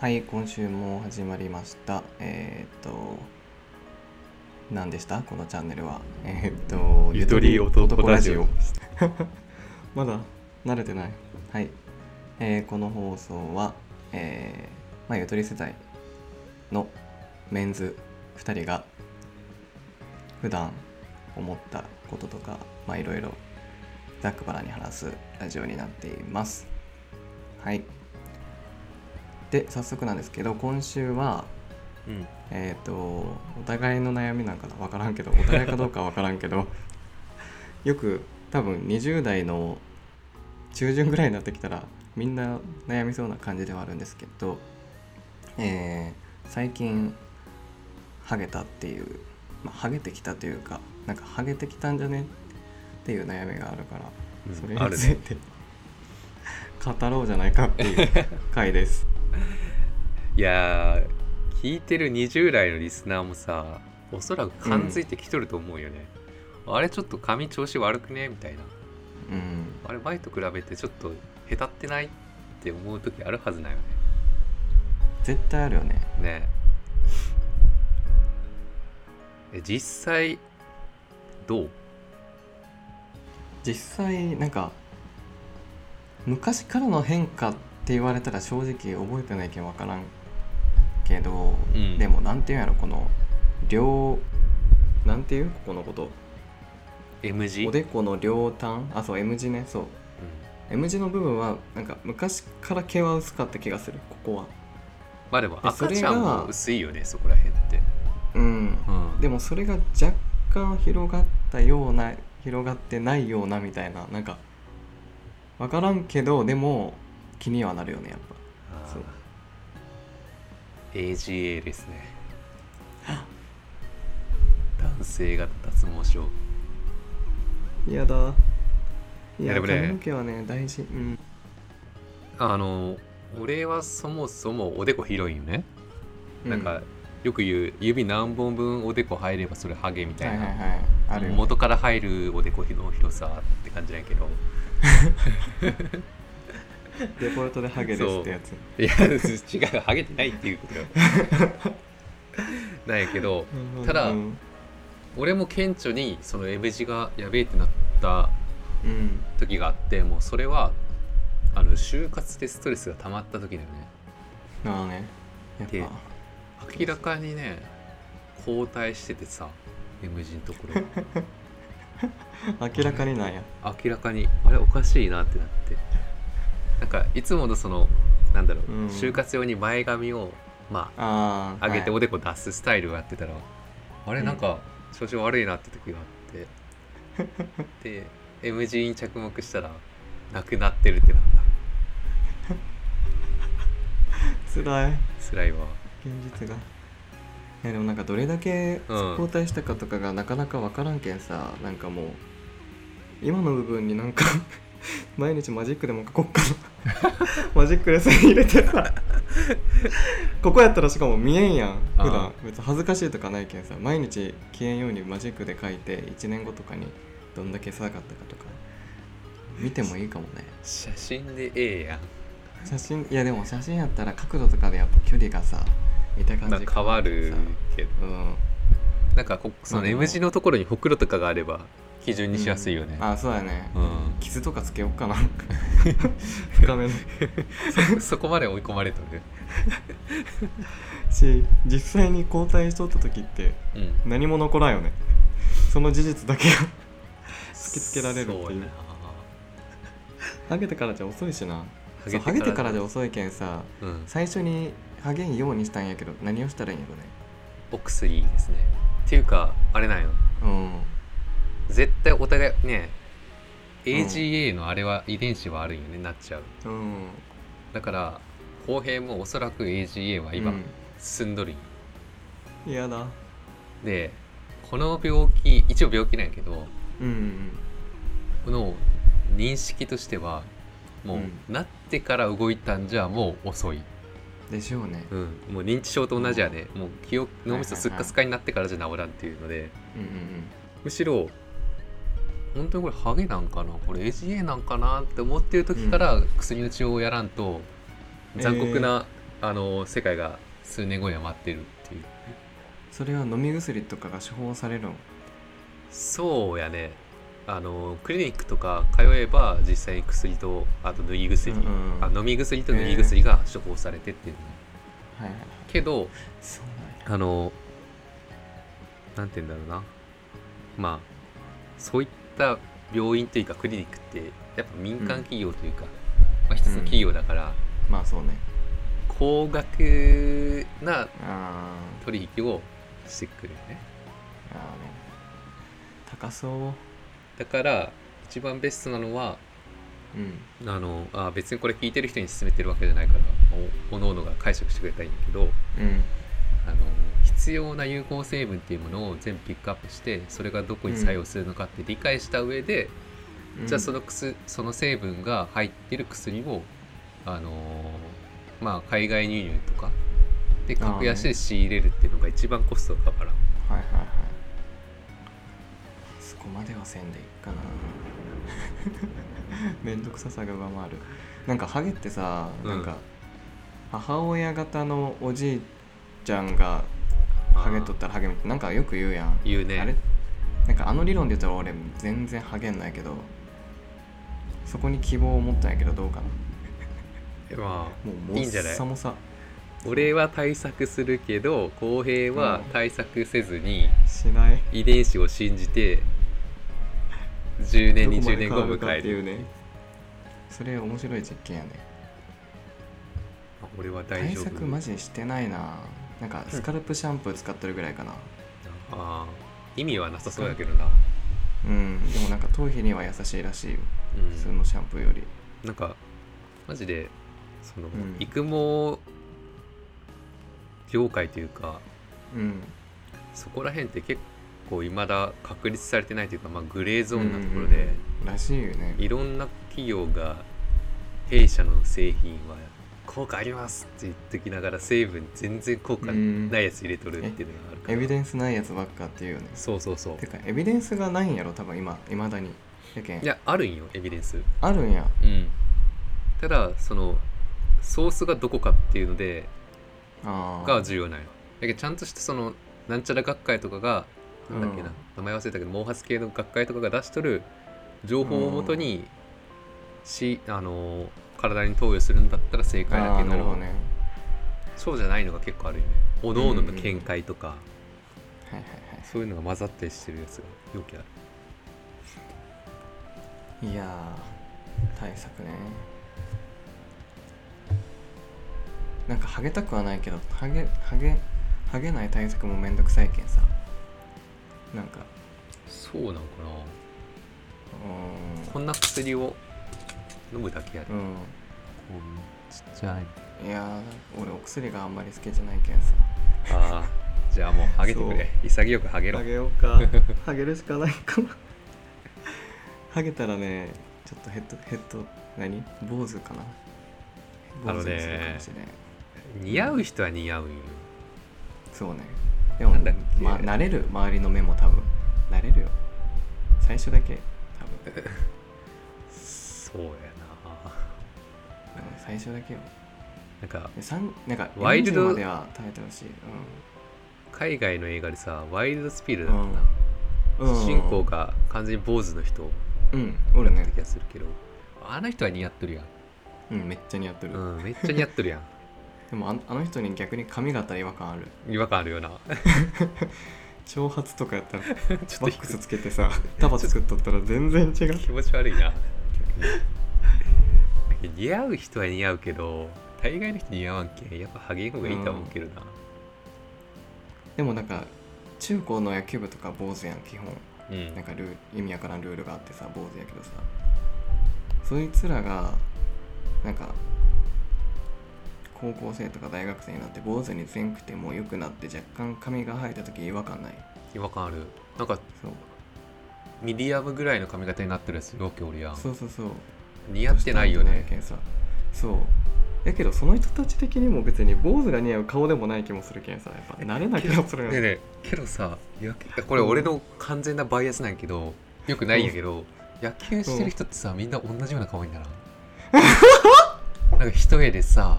はい今週も始まりましたえーっと何でしたこのチャンネルはえーっとゆとり男ラジオゆとり男ラジオ まだ慣れてないはい、えーこの放送は、えーまあ、ゆとり世代のメンズ2人が普段思ったこととかまあいろいろざっくばらに話すラジオになっていますはいで早速なんですけど今週はうん、えっ、とお互いの悩みなんか分からんけどお互いかどうか分からんけど よく多分20代の中旬ぐらいになってきたらみんな悩みそうな感じではあるんですけど、えー最近ハゲたっていう、まあ、ハゲてきたというかなんかハゲてきたんじゃねっていう悩みがあるから、うんそれあにるつねいて 語ろうじゃないかっていう回です。いやー聞いてる20代のリスナーもさおそらく感づいてきとると思うよね、あれちょっと髪調子悪くねみたいなうんあれ前と比べてちょっとへたってないって思う時あるはずだよね絶対あるよね。ねえ実際どう実際なんか昔からの変化って言われたら正直覚えてないけん分からんけど、うんでもなんていうんやろこの両なんていうここのこと M 字おでこの両端あそう M 字ねそううん M 字の部分はなんか昔から毛は薄かった気がするここはまあでもえそ赤れちがゃんも薄いよねそこら辺って、うんうんでもそれが若干広がったような広がってないようなみたいななんか分からんけどでも気にはなるよねやっぱあーそう AGA ですね男性型脱毛症やだいいややででもねもね髪の毛はね大事うんあの俺はそもそもおでこ広いんよね、なんかよく言う指何本分おでこ入ればそれハゲみうんたはいいな、はいはいあるよ元から入るおでこの広さって感じだけどデフォルトでハゲですってやついや違うハゲてないっていうこと よなんやけどただうん俺も顕著にその M 字がやべえってなったうん時があってもうそれはあの就活でストレスが溜まった時だよねなあねやでっぱ明らかにね後退しててさ M 字のところ 明らかになんや明らかにあれおかしいなってなってなんかいつものそのなんだろう、うん就活用に前髪をまあああ上げてはおいでこ出すスタイルをやってたら、あれなんか調子悪いなって時があって で M 字に着目したらなくなってるってなった辛い辛いわ現実がえでもなんかどれだけうん交代したかとかがなかなか分からんけんさなんかもう今の部分になんか 毎日マジックでも書こっかな マジックで線入れてさここやったらしかも見えんやん普あ段別に恥ずかしいとかないけんさ毎日消えんようにマジックで書いて1年後とかにどんだけ差があったかとか見てもいいかもね写真でええやん写真いやでも写真やったら角度とかでやっぱ距離がさ見た感まあじ変わるさけどうんなんかこそまのあでも M 字のところにほくろとかがあれば基準にしやすいよね、あそうやね、うん傷とかつけよう かな深めのそ そこまで追い込まれたねし実際に交代しとった時ってうん何も残らんよねその事実だけが突きつけられるっていうハゲてからじゃ遅いしなそうハハゲゲててかかららじゃ遅いけんさうん、最初にハゲんようにしたんやけど何をしたらいいんやろねお薬ですねっていうかあれなんようん絶対お互いねん AGA のあれは遺伝子はあるんよねなっちゃううんだから公平もおそらく AGA は今進んどるんよ、嫌、うん、やだでこの病気一応病気なんやけどうんうんの認識としてはもう、うんなってから動いたんじゃもう遅い、でしょうねうん、もう認知症と同じやね、もう記憶脳みそはいすはいはいっかすかになってからじゃ治らんっていうのでうんうんむしろ本当にこれハゲなんかなこれ AGA なんかなって思ってる時から薬の治療をやらんとえー残酷なあの世界が数年後には待ってるっていうそれは飲み薬とかが処方されるんそうやねあのクリニックとか通えば実際に薬とあと塗り薬、うんうんうんあ飲み薬と塗り薬が処方されてっていうの、はいはいはいけどそうなんやあのなんて言うんだろうなまあそういった病院というかクリニックってやっぱ民間企業というか、まあ、一つの企業だから、まあそうね高額なあー取引をしてくるよねあーね高そうだから一番ベストなのはうんあのあ別にこれ聞いてる人に勧めてるわけじゃないからおおのおのが解釈してくれたらいいんだけどうんあの必要な有効成分っていうものを全部ピックアップしてそれがどこに作用するのかって理解した上で、うんじゃあその薬その成分が入ってる薬を、あのーまあ、海外輸入とかであー格安で仕入れるっていうのが一番コストがかからんはいはいはいそこまではせんでいいかな めんどくささが上回るなんかハゲってさ、うんなんか母親方のおじいちゃんがハゲとったらハゲみたいなんかよく言うやん、言うねあれなんかあの理論で言ったら俺全然ハゲんないけどそこに希望を持ったんやけどどうかなまあもうもいっいんじゃないさもさ俺は対策するけど公平は対策せずにしない遺伝子を信じて10年どこま20で年変後わをるか迎えっているうねそれ面白い実験やねあ俺は大対丈夫策マジでしてないななんかスカルプシャンプー使ってるぐらいかなあー意味はなさそうやけどな、うんでもなんか頭皮には優しいらしいようん普通のシャンプーよりなんかマジでその、ん育毛業界というかうんそこら辺って結構いまだ確立されてないというか、まあ、グレーゾーンなところで、うんらしいよねいろんな企業が弊社の製品は効果ありますって言っときながら成分全然効果ないやつ入れとるっていうのがあるから、エビデンスないやつばっかっていうよねそうそうそうてかエビデンスがないんやろ多分今いまだにやけんいやあるんよエビデンスあるんやうんただそのソースがどこかっていうのであーが重要なんよだけどちゃんとしてそのなんちゃら学会とかがなんだっけな、うん名前忘れたけど毛髪系の学会とかが出しとる情報をもとにし、あのー体に投与するんだったら正解あだけーなるほどどねそうじゃないのが結構あるよねおのおのの見解とか、はいはいそういうのが混ざったりしてるやつがよくあるはいいやー対策ねなんかハゲたくはないけどハゲハゲハゲない対策もめんどくさいけんさなんかそうなのかなうこんな薬を飲むだけやで、ーんうんちっちゃいいやー俺お薬があんまり好きじゃないけんさああじゃあもうハゲてくれ潔くハゲろハゲよう かハゲるしかないかなハゲたらねちょっとヘッドヘッド何坊主かなあ坊のね主にするかもしれない似合う人は似合うんよそうねでもなんだっけまあ、慣れる周りの目も多分慣れるよ最初だけ多分そうやなうん最初だけよなんかでさんなんかワイルド40までは耐えてほしい、海外の映画でさワイルドスピードだったうな、んうん、主人公が完全に坊主の人うん俺だったね気がするけど、あの人は似合ってるやん、うんめっちゃ似合ってる、うん、めっちゃ似合ってるやん でもあのあの人に逆に髪型違和感ある違和感あるよな 長髪とかやったらちょっとワ低ックくスつけてさ束作っとったら全然違う気 持ち悪いな似合う人は似合うけど大概の人似合わんけんやっぱハゲん方がいいとは思うけどな、でもなんか中高の野球部とか坊主やん基本うんなんかルール意味わからんルールがあってさ坊主やけどさそいつらがなんか高校生とか大学生になって坊主にせんくても良くなって若干髪が生えた時違和感ない違和感あるなんかそうミディアムぐらいの髪型になってるやつよくおるやんそうそうそう似合ってないよねどうしたんってなるけんさそうやけどその人たち的にも別に坊主が似合う顔でもない気もするけんさやっぱ慣れな気がするよねえねえけどさ野球これ俺の完全なバイアスなんやけどよくないんやけど野球してる 人ってさみんな同じような顔にならんなんか一重でさ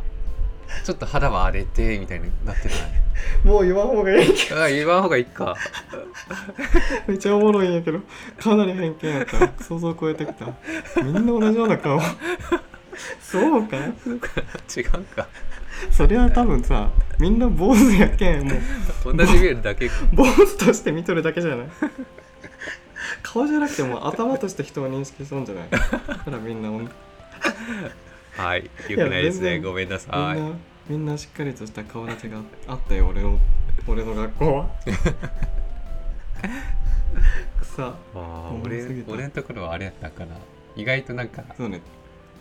ちょっと肌は荒れてみたいになってなもう言わん方がいいけど いあ言わん方がいいかめっちゃおもろいんやけどかなり偏見やった想像を超えてきたみんな同じような顔そうか 違うかそれは多分さみんな坊主やけんもう同じビールだけか坊主として見とるだけじゃない顔じゃなくてもう頭として人を認識するんじゃないだからみんなみんはいよくないですいやね全然ごめんなさいなみんなしっかりとした顔立ちがあったよ俺の俺の学校 はさあごーめん俺すぎた俺のところはあれやったから意外となんかそうね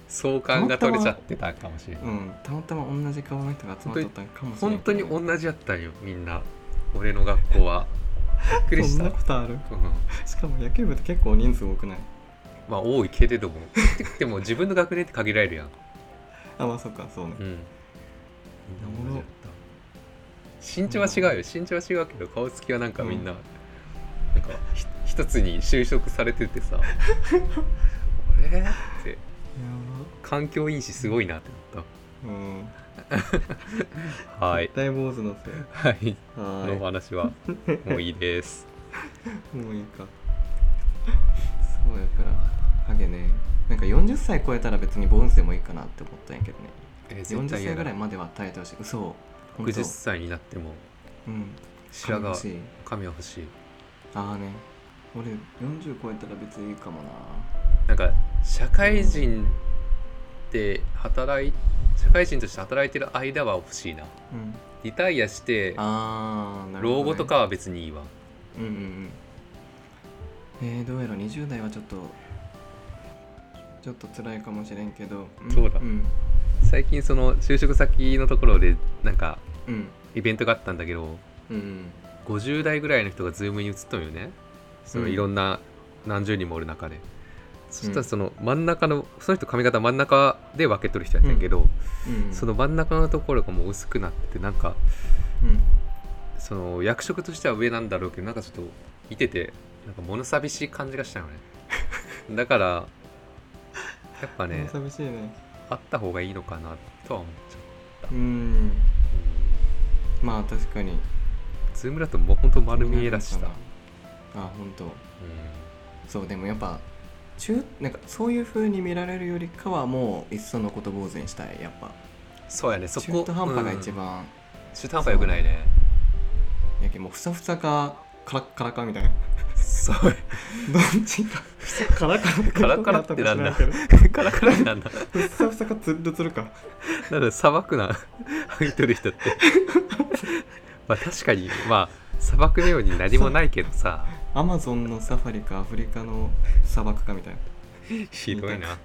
相関が取れちゃってたかもしれないうんたまたま同じ顔の人が集まっとったんかもしれない本当に同じやったんよみんな俺の学校はびっくりしそんた、うなんことある しかも野球部って結構人数多くないまあ多いけれどもでも自分の学年って限られるやん、あまあそっかそうねうん、みんな同じやった身長は違うよ身長は違うけど顔つきはなんかみんな,、なんかひ一つに就職されててさ あれって環境因子すごいなってなやっばうんたはい絶対坊主のせいはいはのおー話はもういいですいもういいかそうやからハゲねなんか40歳超えたら別に坊主でもいいかなって思ったんやけどねえー40絶対歳やぐらだいまでは耐えてほしい嘘本当60歳になってもうん白欲髪しい髪は欲しいああね俺40超えたら別にいいかもななんか社会人で働い社会人として働いてる間は欲しいなうんリタイアしてああなるほど、老ね、後とかは別にいいわうんうんうんえー、どうやら20代はちょっとちょっと辛いかもしれんけどんそうだうん最近その就職先のところでなんかうんイベントがあったんだけどうん50代ぐらいの人がズームに移っとんよねそのうんいろんな何十人もおる中で、そしたらその真ん中のその人髪型真ん中で分けとる人やったんやけど、うんその真ん中のところがもう薄くなっててなんかうんその役職としては上なんだろうけどなんかちょっといててなんか物寂しい感じがしたよ ねだからやっぱね寂しいねあった方がいいのかなとは思っちゃうんう、まあ確かにうん、ズームだともうほんと丸見えだし気になたるのかなあ本当そうでもやっぱ中なんかそういう風に見られるよりかはもういっそのこと坊主にしたいやっぱそうやねそこ中途半端が一、うん番、中途半端よくないねやけんもうふさふさかカラッカラかみたいなそうどっちかカラカラカラカラってなんだどうやったか知らけどカラカラになんだふっさふさかつるつるか なんだ砂漠な履いてる人 ってまあ確かにまあ砂漠のように何もないけどさアマゾンのサファリかアフリカの砂漠かみたいなひどいな。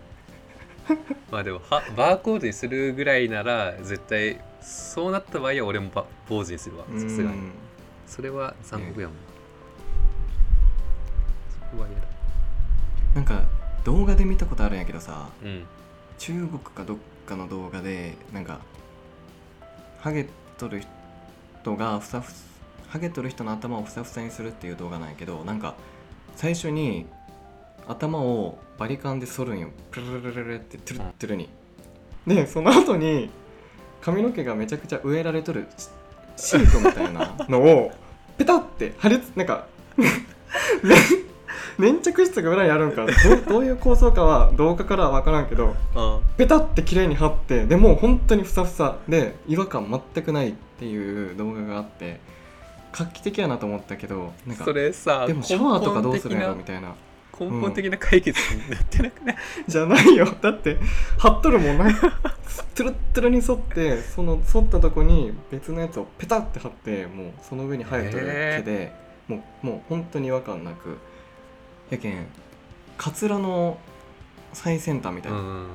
まあでもはバーコードにするぐらいなら絶対そうなった場合は俺もば坊主にするわさすがうにんそれは残酷やもん、それは嫌だなんか動画で見たことあるんやけどさうん中国かどっかの動画でなんかハゲとる人がふさふハゲとる人の頭をふさふさにするっていう動画なんやけどなんか最初に頭をバリカンで剃るんよプルルルルルってトゥルットゥルにでその後に髪の毛がめちゃくちゃ植えられとるシシートみたいなのをペタって貼りつなんか 粘着質が裏にあるんかどどういう構造かは動画からは分からんけどあペタって綺麗に貼ってでもう本当にふさふさで違和感全くないっていう動画があって画期的やなと思ったけどなんかそれさでもシャワーとかどうするんやろみ根本たいな的な根本的な解決になってなくない、じゃないよだって貼っとるもんない トゥルットゥルに沿ってその沿ったとこに別のやつをペタって貼ってもうその上に生えとる毛で、もうもう本当に違和感なくやけんカツラの最先端みたいうなのん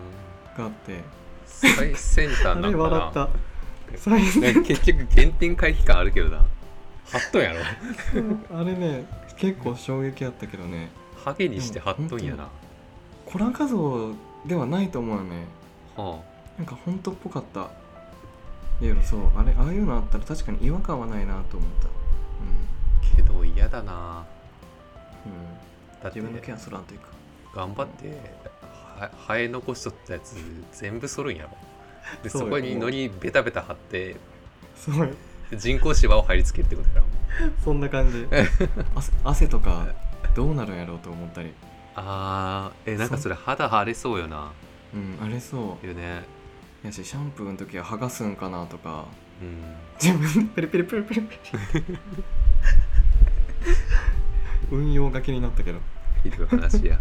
があって、最先端あなれんか笑なった最先なんか結局原点回帰感あるけどなハットンやろあれね結構衝撃あったけどねハゲにしてハットンやな、コラ画像ではないと思うよねはなんか本当っぽかったいやそうあれああいうのあったら確かに違和感はないなと思ったあけど嫌だなうん、うん、だっ自て分のケアすらんというか頑張っては生え残しとったやつ全部剃るんやろでそうそよこにのりベタベタ貼ってそうよ人工芝を貼り付けるってことやろそんな感じ汗汗とかどうなるんやろうと思ったりあーえなんかそれ肌腫れそうよなうんあれそうよねやしシャンプーの時は剥がすんかなとかうん自分でペリペリペリ ペリペリ運用が気になったけど、ひどい話 や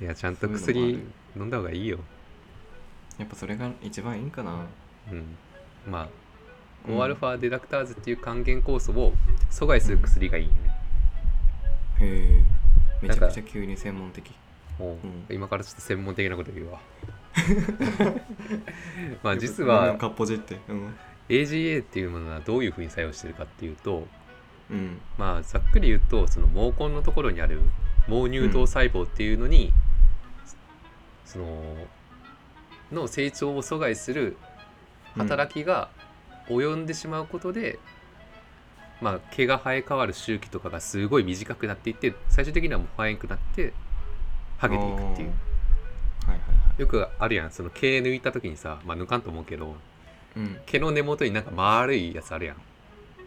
いやちゃんと薬飲んだ方がいいよやっぱそれが一番いいんかなうんまあうん Oα デダクターズっていう還元酵素を阻害する薬がいいよね、へえめなんちかゃくちゃ急に専門的うおうん今からちょっと専門的なこと言 うわまあ実ごめんはかっぽじってうん AGA っていうものはどういうふうに作用してるかっていうとうんまあざっくり言うとその毛根のところにある毛乳頭細胞っていうのに、そのの成長を阻害する働きが及んでしまうことで、まあ、毛が生え変わる周期とかがすごい短くなっていって最終的にはもう生えんくなってハゲていくっていうあーはいはいはいよくあるやんその毛抜いた時にさ、まあ、抜かんと思うけどうん毛の根元になんか丸いやつあるやん、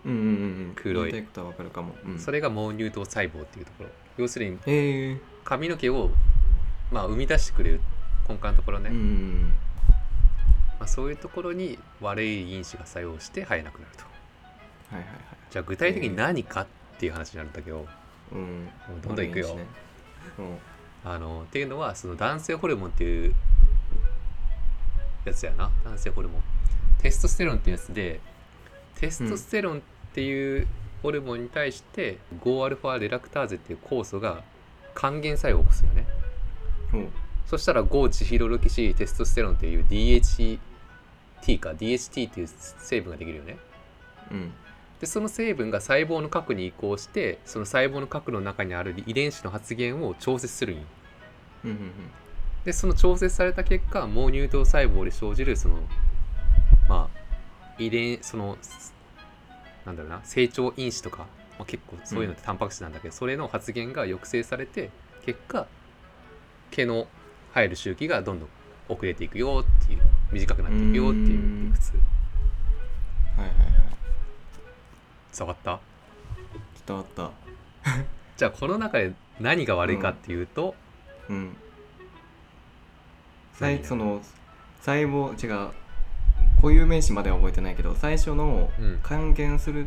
うんうんうんうん黒い言いたいことはわかるかも、うん、それが毛乳頭細胞っていうところ要するにへえ髪の毛を、まあ、生み出してくれる根幹のところね、うんうまんあ、そういうところに悪い因子が作用して生えなくなるとはいはいはいじゃあ具体的に何かっていう話になるんだけど、うんもうどんどんいくよ悪いんですねうんあのっていうのはその男性ホルモンっていうやつやな男性ホルモンテストステロンっていうやつでテストステロンっていうホルモンに対して 5α レラクターゼっていう酵素が還元作用を起こすよねほうそしたら 5− チヒロロキシテストステロンっていう DHT か DHT っていう成分ができるよねうんでその成分が細胞の核に移行してその細胞の核の中にある遺伝子の発現を調節するんようんうんでその調節された結果毛乳頭細胞で生じるそのまあ遺伝そのすなんだろうな成長因子とか、まあ、結構そういうのってタンパク質なんだけど、それの発現が抑制されて結果毛の生える周期がどんどん遅れていくよっていう短くなっていくよってうーいうん理屈うんはいはいはい伝わった伝わったじゃあこの中で何が悪いかっていうと、うん最何々その細胞違う固有名詞までは覚えてないけど最初のうん還元する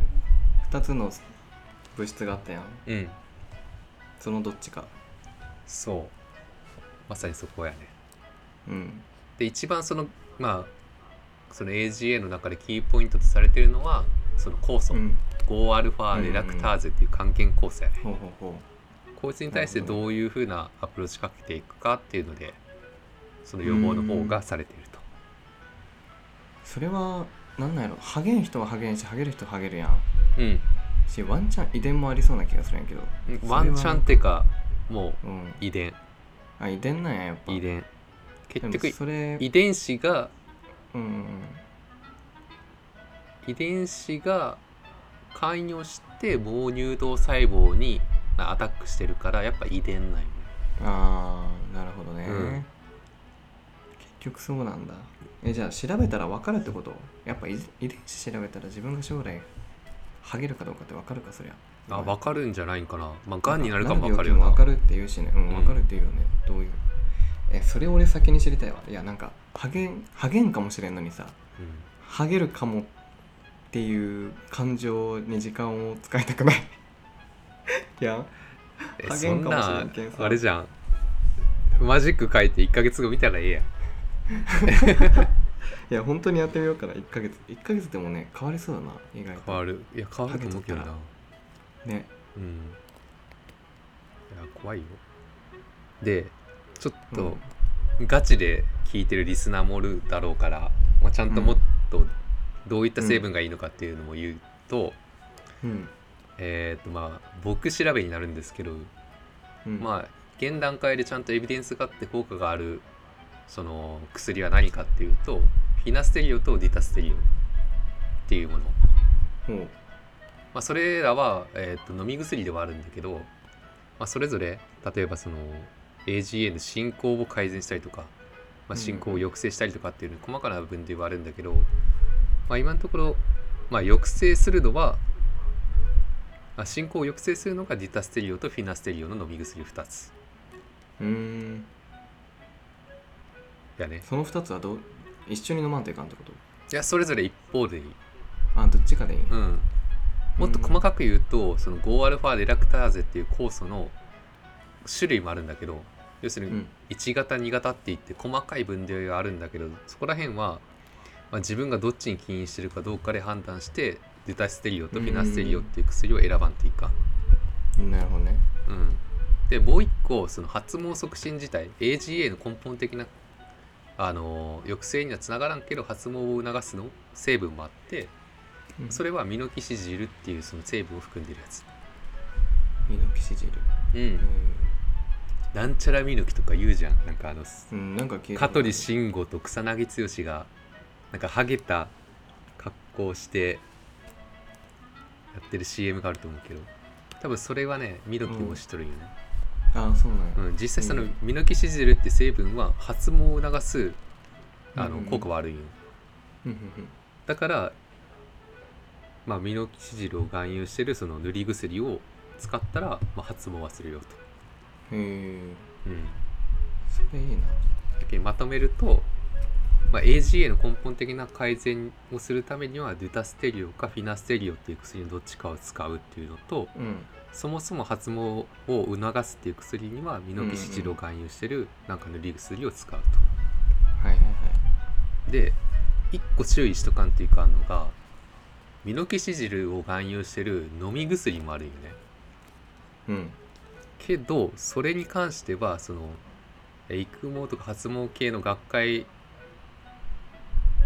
2つの物質があったやんうんそのどっちかそうまさにそこやねうんで一番そのまあその AGA の中でキーポイントとされてるのはその酵素、うん 5α レラクターゼっていう還元酵素やね、ほうほうほこいつに対してどういうふうなアプローチかけていくかっていうのでその予防の方がされてると、うそれはなんなんやろハゲん人はハゲんしハゲる人はハゲるやんうんしワンチャン遺伝もありそうな気がするんやけどワンチャンっていうかもうんう遺伝あ遺伝なんややっぱ遺伝結で局もそれ遺伝子がうんうんうん遺伝子が関与して毛乳頭細胞にアタックしてるからやっぱ遺伝なんよねああなるほどね、うん結局そうなんだえじゃあ調べたら分かるってことやっぱ遺遺伝子調べたら自分が将来ハゲるかどうかって分かるかそりゃあわ分かるんじゃないんかなまあがんになるかも分かるよなな病気も分かるって言うしねううんん分かるって言うよね、どういうえそれ俺先に知りたいわいやなんかハゲハゲんかもしれんのにさうんハゲるかもっていう感情に時間を使いたくない いやえ加そん減かもしれなんけんさあれじゃんマジック書いて1ヶ月後見たらええやんいや本当にやってみようかな1ヶ月1ヶ月でもね変わりそうだな意外と変わるいや変わると思うけどなねうんいや怖いよでちょっとガチで聞いてるリスナーもおるだろうから、まあ、ちゃんともっとどういった成分がいいのかっていうのも言うと、うん、えっ、とまあ僕調べになるんですけどうん、あまあ現段階でちゃんとエビデンスがあって効果があるその薬は何かっていうとフィナステリオとディタステリオっていうもの、まほうあ、それらは、えー、と飲み薬ではあるんだけど、まあ、それぞれ例えばその AGA の進行を改善したりとかまあ、進行をうんうん抑制したりとかっていう細かな分類はあるんだけど、まあ、今のところ、まあ、抑制するのは、まあ、進行を抑制するのがディタステリオとフィナステリオの飲み薬2つうーんやねその2つはどう一緒に飲まんといかんってこといやそれぞれ一方でいい、あどっちかでいい、うん、もっと細かく言うとその 5α デラクターゼっていう酵素の種類もあるんだけど要するうにん1型2型っていって細かい分類があるんだけどそこら辺は、まあ、自分がどっちに起因してるかどうかで判断してデュタステリオとフィナステリオっていう薬を選ばんといいか、なるほどねうん、でもう一個その発毛促進自体 AGA の根本的なあのー抑制にはつながらんけど発毛を促すの成分もあってうんそれはミノキシジルっていうその成分を含んでるやつ、ミノキシジルうん、なんちゃらミノキとか言うじゃんなんかあのうん、うん、なんか聞いた香ことある取慎吾と草薙剛がなんかハゲた格好をしてやってる CM があると思うけど多分それはねミノキを推しとるんよね、あそうなんや、うん実際そのうんミノキシジルって成分は発毛を促すあうのんうん効果はあるんようんだから、まあ、ミノキシジルを含有してるその塗り薬を使ったら、まあ、発毛はするよと、うんうん、へえうん、それいいなだけどまとめると、まあ、AGA の根本的な改善をするためにはデュタステリオかフィナステリオっていう薬のどっちかを使うっていうのとうんそもそも発毛を促すっていう薬にはミノキシジルを含有してるなんか塗り薬を使うと。はいはいはいで1個注意しとかんといかんのがミノキシジルを含有してる飲み薬もあるよね。うんけどそれに関してはそのえ育毛とか発毛系の学会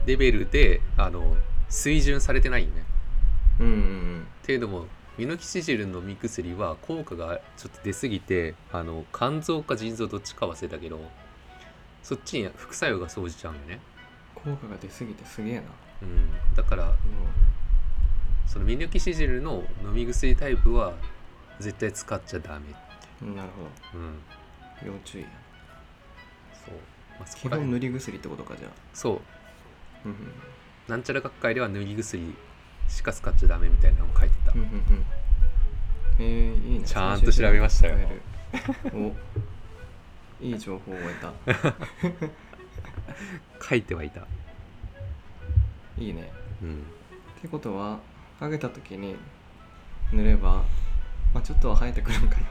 レベルであの水準されてないよね。うんうんっていうのもミノキシジルの飲み薬は効果がちょっと出すぎてあの肝臓か腎臓どっちか忘れたけどそっちに副作用が生じちゃうんよね。うん効果が出すぎてすげえなでうん、だからもそのミノキシジルの飲み薬タイプは絶対使っちゃダメ。うんなるほうん、ど要注意やそう。まあ、そ基こら本辺塗り薬ってことかじゃあそううんうんなんちゃら学会では塗り薬しか使っちゃダメみたいなのも書いてた、うんうんうんえー、いいねちゃんと調べましたよ最終的に使えるおいい情報を得た書いてはいたいいねうんってことはかけた時に塗れば、まあ、ちょっとは生えてくるんかな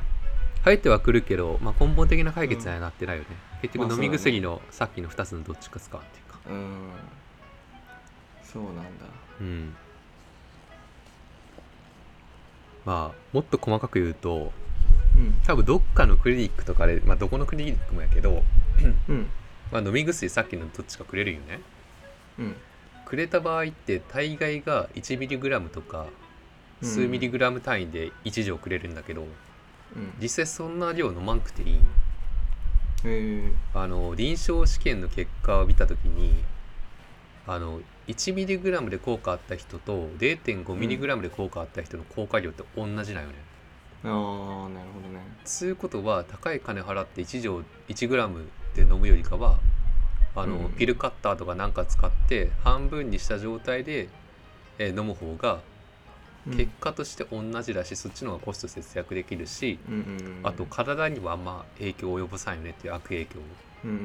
入ってはくるけど、まあ、根本的な解決にはなってないよね、結まあそう局飲だねみ薬のさっきの2つのどっちか使うっていうかうーんそうなんだうんまあもっと細かく言うとうん多分どっかのクリニックとかで、まあ、どこのクリニックもやけど、うんまあ、飲み薬さっきのどっちかくれるよねうんくれた場合って大概が 1mg とかうん数 mg 単位で1錠くれるんだけど、うん実際そんな量飲まんくていいへえあの臨床試験の結果を見た時にあの 1mg で効果あった人と 0.5mg で効果あった人の効果量って同じなんよね。ああなるほどねつうことは高い金払って1錠 1g で飲むよりかはあの、うんピルカッターとかなんか使って半分にした状態で、えー飲む方がうん結果として同じだし、そっちの方がコスト節約できるし、うんうんうんあと体にはあんま影響を及ぼさんよねっていう悪影響を。うんうんうん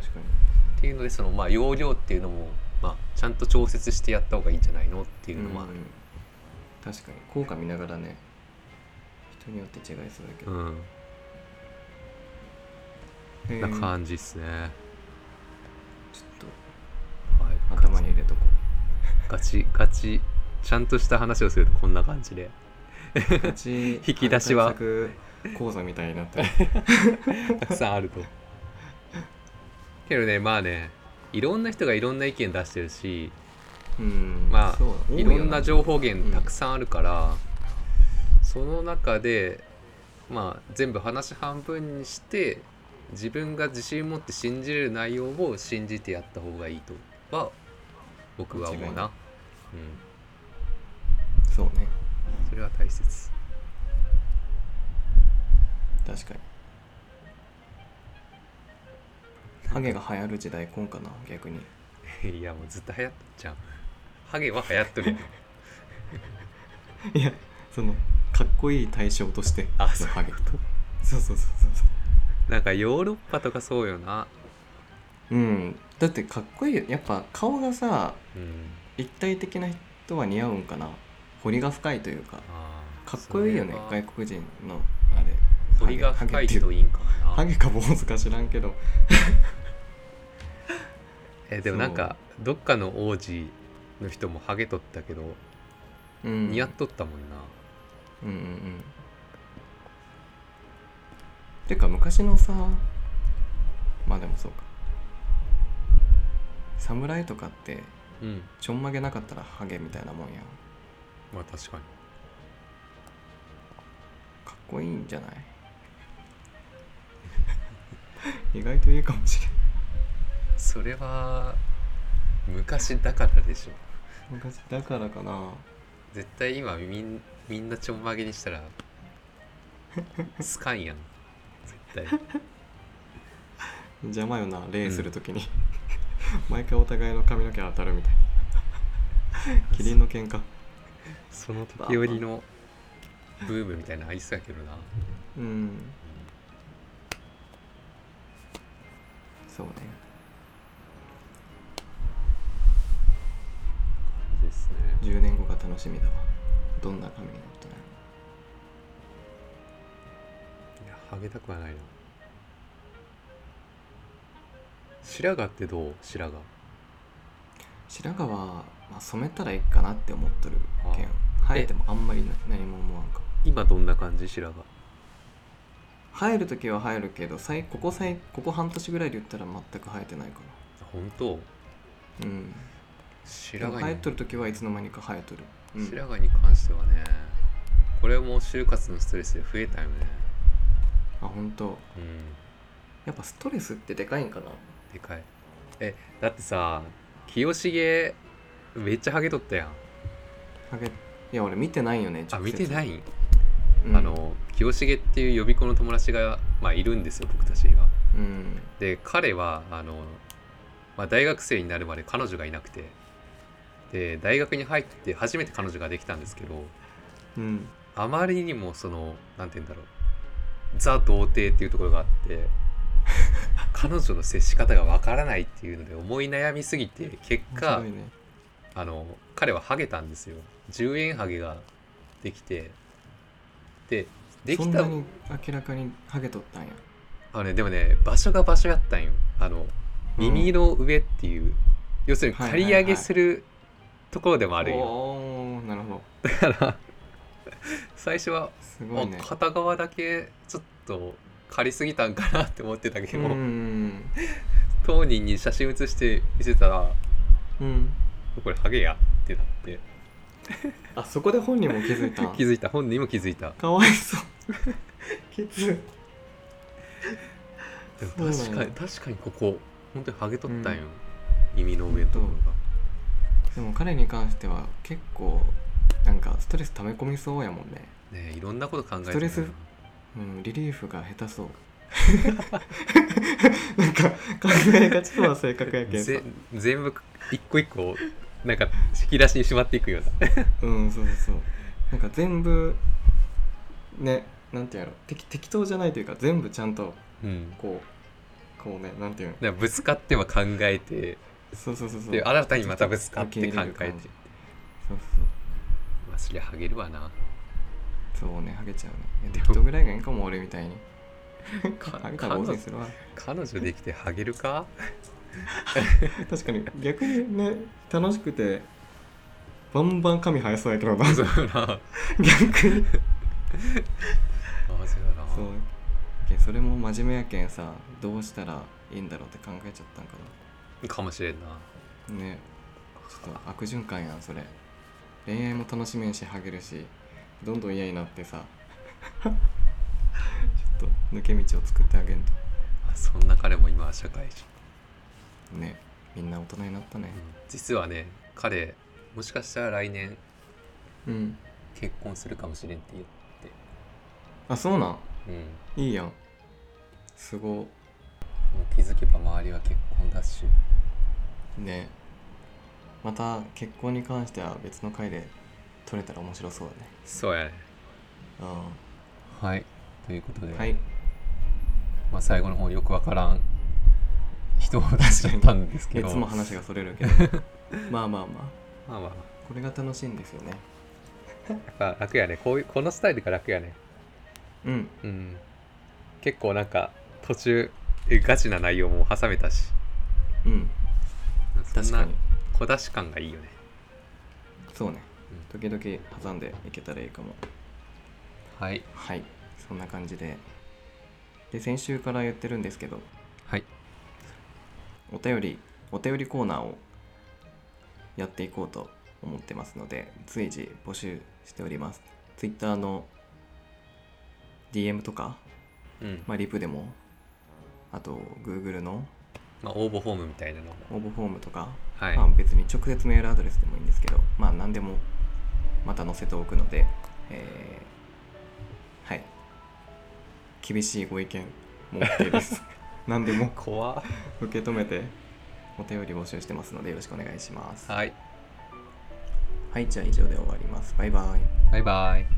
確かにっていうのでそのまあ容量っていうのも、まあ、ちゃんと調節してやった方がいいんじゃないのっていうのもある、うん確かに効果見ながらね人によって違いそうだけど、うんへえな感じですね、ちょはい、っと頭に入れとこガチガチちゃんとした話をするとこんな感じ でうガチ 引き出しは対策講座みたいにな ってるたくさん あるとけどねまあねいろんな人がいろんな意見出してるしうんまそうあ多いよろんな情報源たくさんあるから、その中でまあ全部話半分にして自分が自信持って信じれる内容を信じてやった方がいいとは僕は思う間違いないな、うん、そうねそれは大切 確かにハゲが流行る時代こんかな逆にいやもうずっと流行っとっちゃうハゲは流行っ とるやんいやそのかっこいい対象としてあのそうハゲそうそうそうそうそなんかヨーロッパとかそうよなううんだってかっこいいやっぱ顔がさうん立体的な人は似合うんかな彫りが深いというかあーかっこいいよねそれ外は国人のあれ彫りが深い人ハゲいいんかもハなゲか坊主か知らんけどえでもなんかどっかの王子の人もハゲとったけどうん似合っとったもんな、うんうんうんてか昔のさまあでもそうか侍とかってうんちょんまげなかったらハゲみたいなもんやんまあ確かにかっこいいんじゃない 意外といいかもしれんそれは昔だからでしょ昔だからかな絶対今みんみんなちょんまげに したらスカンやん絶対邪魔よな礼するときに、毎回お互いの髪の毛当たるみたいなキリンの喧嘩その時よりのブームみたいなのありそうやけどなうんそうねいいですね10年後が楽しみだわどんな髪になったらいやハゲたくはないな白髪ってどう白髪白髪は、まあ、染めたらいいかなって思っとるけんあ生えてもあんまりな何も思わんか今どんな感じ白髪生える時は生えるけど最ここ最ここ半年ぐらいで言ったら全く生えてないか本当なうんで白も髪生えにとる時はいつの間にか生えとる、うん、白髪に関してはねこれも就活のストレスで増えたよねあ本当。うんやっぱストレスってでかいんかなでかいえだってさ清重めっちゃハゲとったやんハゲいや俺見てないよねあ見てい、ない、うんあの清重っていう予備校の友達が、まあ、いるんですよ僕たちにはうんで彼はあの、まあ、大学生になるまで彼女がいなくてで大学に入って初めて彼女ができたんですけどうんあまりにもそのなんて言うんだろうザ童貞っていうところがあって 彼女の接し方がわからないっていうので思い悩みすぎて結果、面白いねあの彼はハゲたんですよ10円ハゲができてででそきんなたに明らかにハゲとったんやあの、ね、でもね場所が場所やったんよあの耳の上っていう、要するにはい刈はいはいり上げするところでもあるんよ、おーなるほどだから最初は、すごいねあ片側だけちょっと刈りすぎたんかなって思ってたけうど、ん当人に写真写して見せたらうんこれハゲやってなってあそこで本人も気づいた 気づいた本人も気づいたかわいそう きつでもそう確なかんにや確かにここ本当にハゲとったんよ、耳の上のところがでも彼に関しては結構なんかストレス溜め込みそうやもんね、ねえいろんなこと考えてストレるスうん、リリーフが下手そう なんか考えがちとは性格やけんさぜ全部一個一個なんか引き出しにしまっていくような うんそうそうそうなんか全部ねなんてやろ適適当じゃないというか全部ちゃんとうんだかこうこうねなんていうのらぶつかっては考えてそうそうそうそうで新たにまたぶつかって考えて受そうそうまあそりゃハゲるわなそうそうねハゲちゃうねいやでも適当ぐらいがいいんかも俺みたいに かハゲたら彼坊主女にするわ彼女できてハゲ るか確かに逆にね楽しくてバンバン髪生えそうやけどなそうだな 逆にマジだなそうけんそれも真面目やけんさどうしたらいいんだろうって考えちゃったんかかもしれんななねちょっと悪循環やんそれ恋愛も楽しめんしハゲるしどんどん嫌になってさちょっと抜け道を作ってあげんとあそんな彼も今は社会人ねみんな大人になったね実はね彼もしかしたら来年うん結婚するかもしれんって言ってあそうなんうんいいやんすごもう気づけば周りは結婚だしねまた結婚に関しては別の回で撮れたら面白そうだねそうやねはいということうで、んはいまあ、最後の方よくわからん人を出しちゃったんですけいどつも話がそれる けどまあまあまあまあまあこれが楽しいんですよねやっぱ楽やねこういうこのスタイルが楽やねうんうん結構なんか途中えガチな内容も挟めたしうんそん確かなに小出し感がいいよねそうね時々挟んでいけたらいいかもはいはいそんな感じでで先週から言ってるんですけどはいお便りお便りコーナーをやっていこうと思ってますので随時募集しております Twitter の DM とか、うんまあ、リプでもあと Google のまあ、応募フォームみたいなのも応募フォームとか、はい、まあ、別に直接メールアドレスでもいいんですけどまあ何でもまた載せておくので、えーはい厳しいご意見も OK です何でも怖受け止めてお便り募集してますのでよろしくお願いします。はいはい、じゃあ以上で終わります。バイバイ。バイバイ